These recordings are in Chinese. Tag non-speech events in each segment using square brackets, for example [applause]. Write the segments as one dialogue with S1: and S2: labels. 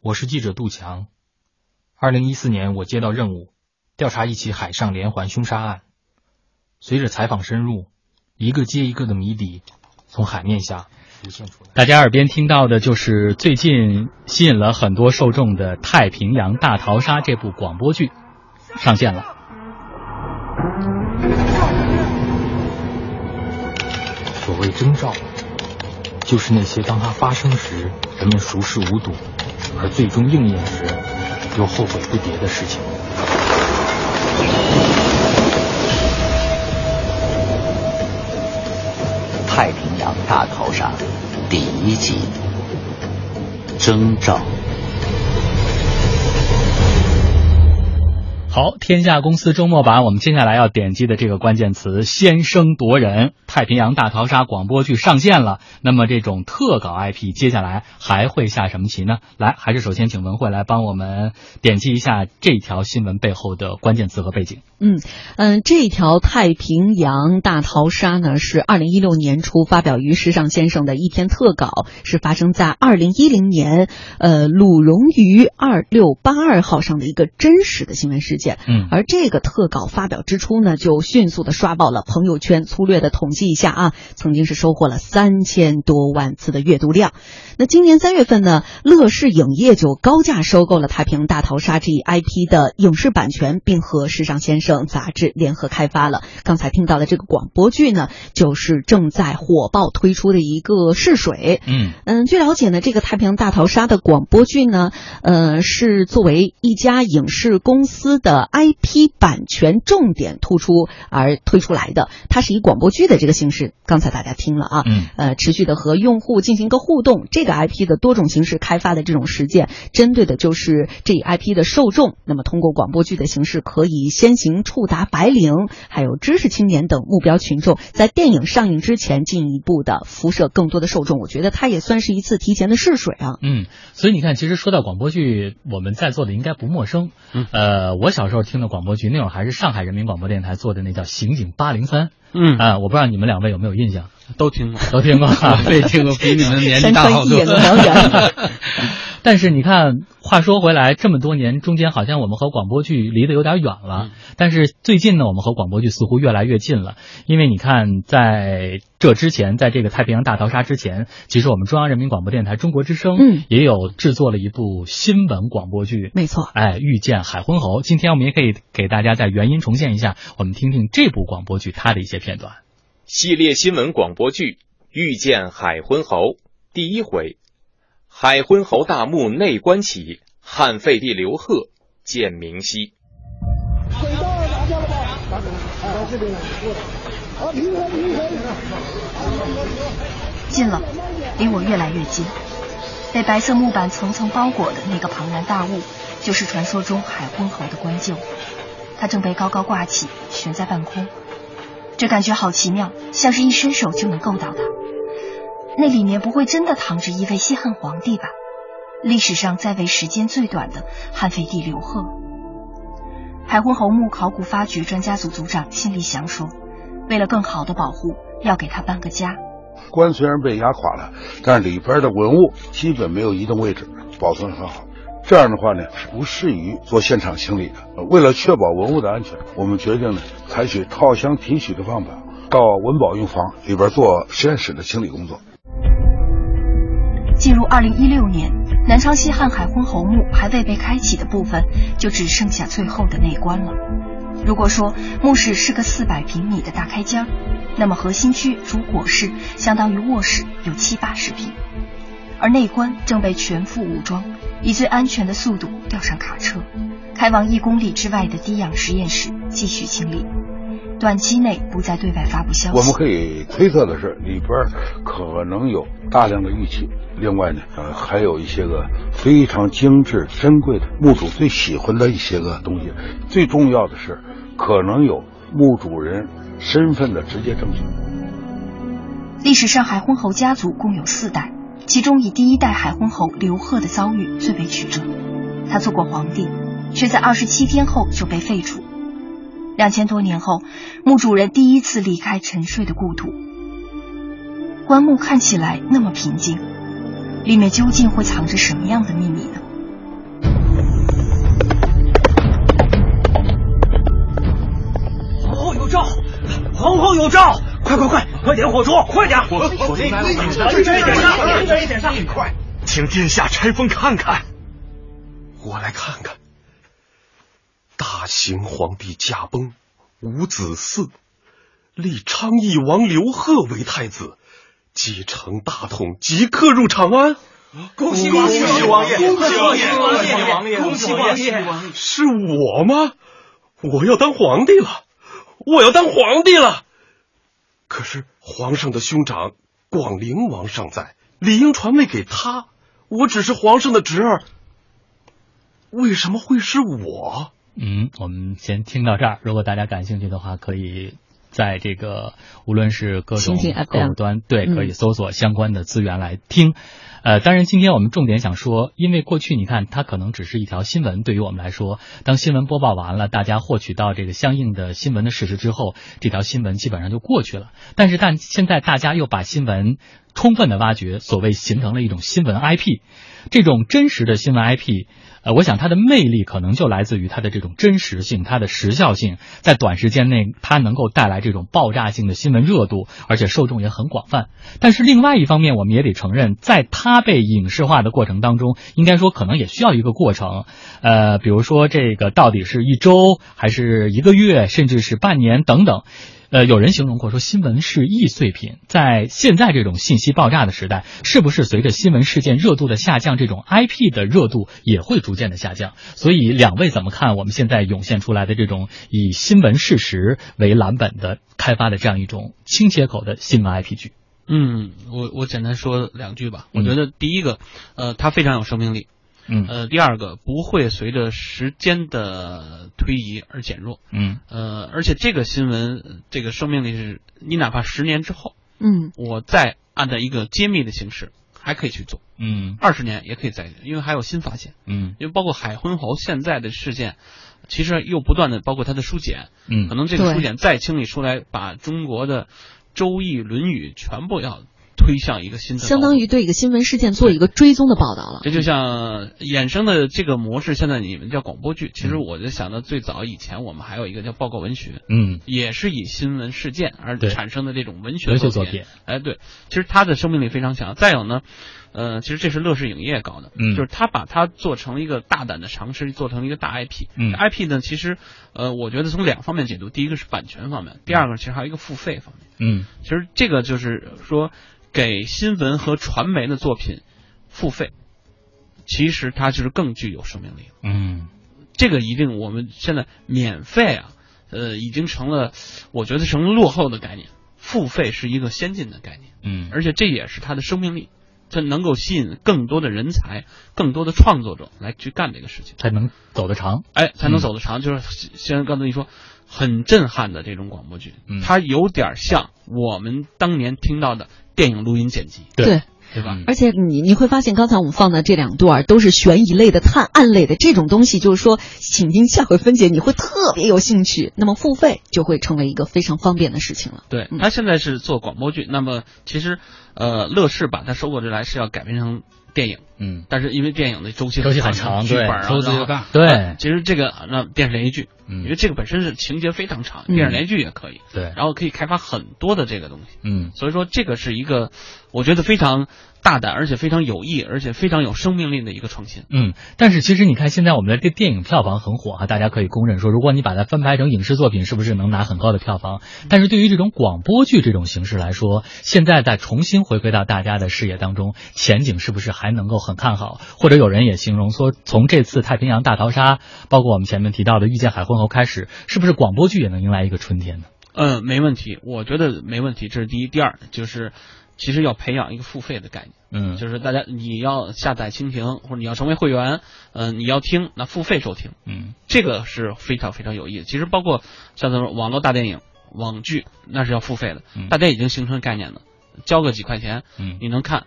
S1: 我是记者杜强。二零一四年，我接到任务，调查一起海上连环凶杀案。随着采访深入，一个接一个的谜底从海面下浮现出来。
S2: 大家耳边听到的就是最近吸引了很多受众的《太平洋大逃杀》这部广播剧上线了。
S1: 所谓征兆，就是那些当它发生时人们熟视无睹，而最终应验时又后悔不迭的事情。
S3: 《太平洋大逃杀》第一集，征兆。
S2: 好，天下公司周末版，我们接下来要点击的这个关键词“先声夺人”，《太平洋大逃杀》广播剧上线了。那么这种特稿 IP 接下来还会下什么棋呢？来，还是首先请文慧来帮我们点击一下这条新闻背后的关键词和背景。
S4: 嗯嗯，这条《太平洋大逃杀》呢，是二零一六年初发表于《时尚先生》的一篇特稿，是发生在二零一零年，呃，鲁荣于二六八二号上的一个真实的新闻事件。
S2: 嗯
S4: 而这个特稿发表之初呢，就迅速的刷爆了朋友圈。粗略的统计一下啊，曾经是收获了三千多万次的阅读量。那今年三月份呢，乐视影业就高价收购了《太平洋大逃杀》这一 IP 的影视版权，并和《时尚先生》杂志联合开发了。刚才听到的这个广播剧呢，就是正在火爆推出的一个试水。
S2: 嗯
S4: 嗯，据了解呢，这个《太平洋大逃杀》的广播剧呢，呃，是作为一家影视公司的 IP 版权重点突出而推出来的。它是以广播剧的这个形式，刚才大家听了啊，
S2: 嗯，
S4: 呃，持续的和用户进行一个互动。这个 IP 的多种形式开发的这种实践，针对的就是这一 IP 的受众。那么通过广播剧的形式，可以先行触达白领、还有知识青年等目标群众，在电影上映之前进一步的辐射更多的受众。我觉得它也算是一次提前的试水啊。
S2: 嗯，所以你看，其实说到广播剧，我们在座的应该不陌生。
S3: 嗯
S2: 呃，我小时候听的广播剧，那会儿还是上海人民广播电台做的那叫《刑警八零三》
S5: 嗯，
S2: 啊，我不知道你们两位有没有印象，
S5: 都听过，？
S2: 都听过 [laughs] 啊
S5: 对，这个比你们年纪
S4: 山
S5: 大好
S4: 川一
S5: 多
S4: 眼。辽远，
S2: [laughs] 但是你看，话说回来，这么多年中间，好像我们和广播剧离得有点远
S4: 嗯
S2: 了。但是最近呢，我们和广播剧似乎越来越近了，因为你看，在这之前，在这个《太平洋大逃杀》之前，其实我们中央人民广播电台中国之声，
S4: 嗯，
S2: 也有制作了一部新闻广播剧，
S4: 没错。
S2: 哎，遇见海昏侯。今天我们也可以给大家在原音重现一下，我们听听这部广播剧它的一些片段。
S6: 系列新闻广播剧《遇见海昏侯》第一回，海昏侯大幕内关起，汉废帝刘贺见明熙。
S7: 水到了拿下了吧？拿走了，到这边了。啊，停开，停开！
S8: 近了，离我越来越近。被白色木板层层包裹的那个庞然大物，就是传说中海昏侯的棺柩。它正被高高挂起，悬在半空。这感觉好奇妙，像是一伸手就能够到它。那里面不会真的躺着一位西汉皇帝吧？历史上在位时间最短的汉废帝刘贺。海昏侯墓考古发掘专家组组长辛立祥说：“为了更好的保护，要给他搬个家。”
S9: 棺虽然被压垮了，但是里边的文物基本没有移动位置，保存得很好。这样的话呢，是不适于做现场清理的。呃为了确保文物的安全，我们决定呢，采取套箱提取的方法，到文保用房里边做实验室的清理工作。
S8: 进入二零一六年，南昌西汉海昏侯墓还未被开启的部分，就只剩下最后的内棺了。如果说墓室是个四百平米的大开间儿，那么核心区主卧室相当于卧室有七八十平，而内棺正被全副武装，以最安全的速度吊上卡车，开往一公里之外的低氧实验室继续清理，短期内不再对外发布消息。
S9: 我们可以推测的是，里边可能有大量的玉器，另外呢，呃，还有一些个非常精致、珍贵的墓主最喜欢的一些个东西。最重要的是，可能有墓主人身份的直接证据。
S8: 历史上海昏侯家族共有四代，其中以第一代海昏侯刘贺的遭遇最为曲折。他做过皇帝，却在二十七天后就被废除。两千多年后，墓主人第一次离开沉睡的故土。棺木看起来那么平静，里面究竟会藏着什么样的秘密呢？
S5: 快快快，快点火烛，快点！
S10: 火
S5: 烛，
S10: 火
S5: 烛，
S10: 那
S5: 一点
S10: 上，
S5: 一点上，一点一点上，
S10: 快！请殿下拆封看看。我来看看。大行皇帝驾崩，无子嗣，立昌邑王刘贺为太子，继承大统，即刻入啊长安。
S5: 恭喜恭喜王爷，恭喜王爷，恭喜王爷，恭喜王爷！
S10: 是我吗？我要当皇帝了，我要当皇帝了。可是皇上的兄长广陵王尚在，理应传位给他。我只是皇上的侄儿，为什么会是我？
S2: 嗯，我们先听到这儿。如果大家感兴趣的话，可以在这个无论是各种
S4: 蜻蜓
S2: 客
S4: FM
S2: 户端，对，
S4: 嗯
S2: 可以搜索相关的资源来听。呃，当然，今天我们重点想说，因为过去你看，它可能只是一条新闻，对于我们来说，当新闻播报完了，大家获取到这个相应的新闻的事实之后，这条新闻基本上就过去了。但是，但现在大家又把新闻充分的挖掘，所谓形成了一种新闻 IP，这种真实的新闻 IP，呃，我想它的魅力可能就来自于它的这种真实性、它的时效性，在短时间内它能够带来这种爆炸性的新闻热度，而且受众也很广泛。但是另外一方面，我们也得承认，在它被影视化的过程当中，应该说可能也需要一个过程。呃，比如说这个到底是一周，还是一个月，甚至是半年等等。呃，有人形容过说，新闻是易碎品。在现在这种信息爆炸的时代，是不是随着新闻事件热度的下降，这种 IP 的热度也会逐渐的下降？所以，两位怎么看我们现在涌现出来的这种以新闻事实为蓝本的开发的这样一种清切口的新闻 IP 剧？
S11: 嗯，我我简单说两句吧。我
S2: 嗯
S11: 觉得第一个，呃，它非常有生命力。
S2: 嗯
S11: 呃，第二个，不会随着时间的推移而减弱。
S2: 嗯
S11: 呃，而且这个新闻呃这个生命力是，你哪怕十年之后，
S4: 嗯
S11: 我再按照一个揭秘的形式，还可以去做；
S2: 嗯
S11: 二十年也可以再，因为还有新发现。
S2: 嗯
S11: 因为包括海昏侯现在的事件，其实又不断的包括它的书简，
S2: 嗯
S11: 可能这个
S4: 对
S11: 书简再清理出来，把中国的《周易》《论语》全部要推向一个新的高度，
S4: 相当于对一个新闻事件做一个追踪的报道了。
S11: 这就像衍生的这个模式，现在你们叫广播剧，其实我就想到最早以前我们还有一个叫报告文学。
S2: 嗯
S11: 也是以新闻事件而
S2: 对
S11: 产生的这种文学
S2: 文学
S11: 作
S2: 作品。
S11: 哎，对，其实它的生命力非常强。再有呢，呃，其实这是乐视影业搞的，
S2: 嗯
S11: 就是他把它做成了一个大胆的尝试，做成了一个大 IP。
S2: 嗯
S11: IP 呢，其实呃，我觉得从两方面解读，第一个是版权方面，第二个其实还有一个付费方面。
S2: 嗯
S11: 其实这个就是说，给新闻和传媒的作品付费，其实它就是更具有生命力了。
S2: 嗯
S11: 这个一定，我们现在免费啊，呃，已经成了，我觉得成了落后的概念。付费是一个先进的概念，
S2: 嗯
S11: 而且这也是它的生命力，它能够吸引更多的人才、更多的创作者来去干这个事情，
S2: 才能走得长。
S11: 哎，才
S2: 嗯
S11: 能走得长。就是像刚才你说，很震撼的这种广播剧，
S2: 嗯
S11: 它有点像我们当年听到的电影录音剪辑，
S2: 对
S4: 对，
S11: 对吧？
S4: 而且你你会发现，刚才我们放的这两段都是悬疑类的、探案类的这种东西，就是说，请听下回分解，你会特别有兴趣。那么付费就会成为一个非常方便的事情了。
S11: 对
S4: 嗯，
S11: 他现在是做广播剧，那么其实，呃，乐视把它收购之来是要改编成电影，
S2: 嗯
S11: 但是因为电影的周期
S2: 周期很长
S11: 剧
S2: 对
S11: 本啊
S2: 投资
S11: 然后
S2: 又大对
S11: 呃其实这个呃那电视连续剧，
S2: 嗯
S11: 因为这个本身是情节非常长，
S4: 嗯
S11: 电视连续剧也可以，
S2: 对
S11: 然后可以开发很多的这个东西，
S2: 嗯
S11: 所以说这个是一个我觉得非常大胆，而且非常有益，而且非常有生命力的一个创新。
S2: 嗯，但是其实你看，现在我们的这电影票房很火啊，大家可以公认说，如果你把它翻拍成影视作品，是不是能拿很高的票房？但是对于这种广播剧这种形式来说，现在再重新回归到大家的视野当中，前景是不是还能够很看好？或者有人也形容说，从这次太平洋大逃杀，包括我们前面提到的《遇见海昏侯》开始，是不是广播剧也能迎来一个春天呢？
S11: 嗯，没问题，我觉得没问题，这是第一，第二就是其实要培养一个付费的概念。
S2: 嗯
S11: 就是大家你要下载蜻蜓，或者你要成为会员，嗯、你要听，那付费收听，
S2: 嗯
S11: 这个是非常非常有意义的。其实包括像咱们网络大电影、网剧，那是要付费的
S2: 嗯，
S11: 大家已经形成概念了，交个几块钱，
S2: 嗯
S11: 你能看，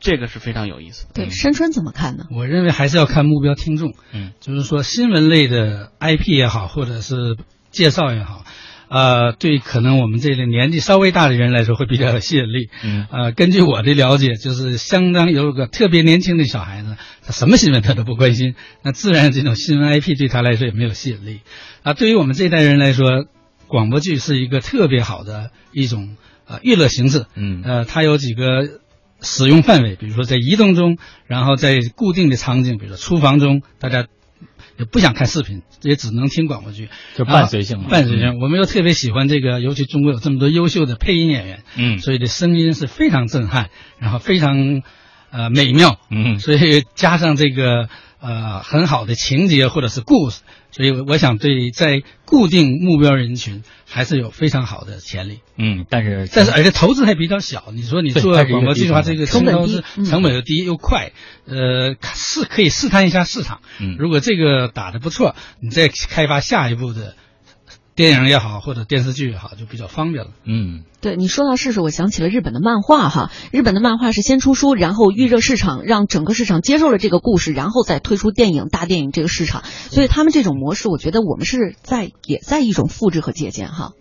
S11: 这个是非常有意思的。
S4: 对，山川怎么看呢？
S5: 我认为还是要看目标听众，
S2: 嗯，
S5: 就是说新闻类的 IP 也好，或者是介绍也好，呃，对可能我们这类年纪稍微大的人来说会比较有吸引力。
S2: 嗯
S5: 呃，根据我的了解，就是相当有个特别年轻的小孩子，他什么新闻他都不关心，那自然这种新闻 IP 对他来说也没有吸引力。啊，对于我们这代人来说，广播剧是一个特别好的一种呃娱乐形式。
S2: 嗯，
S5: 呃，它有几个使用范围，比如说在移动中，然后在固定的场景，比如说厨房中，大家也不想看视频，也只能听广播剧，
S2: 就伴随性嘛
S5: 啊伴随性
S2: 嗯。
S5: 我们又特别喜欢这个，尤其中国有这么多优秀的配音演员，
S2: 嗯
S5: 所以这声音是非常震撼，然后非常呃美妙，
S2: 嗯
S5: 所以加上这个呃很好的情节或者是故事，所以我我想对在固定目标人群还是有非常好的潜力。
S2: 嗯，但是
S5: 但是而且投资还比较小，你说你
S2: 对
S5: 做
S2: 它是一个
S5: 广播剧的话，
S2: 低成本
S5: 这个
S2: 成本
S5: 投
S2: 低
S5: 资
S2: 嗯
S5: 成本又低又快，呃，是可以试探一下市场。
S2: 嗯
S5: 如果这个打得不错，你再开发下一步的电影也好，或者电视剧也好，就比较方便了。
S2: 嗯，
S4: 对你说到试试，我想起了日本的漫画哈。日本的漫画是先出书，然后预热市场，让整个市场接受了这个故事，然后再推出电影、大电影这个市场。所以他们这种模式，我觉得我们是在也在一种复制和借鉴哈。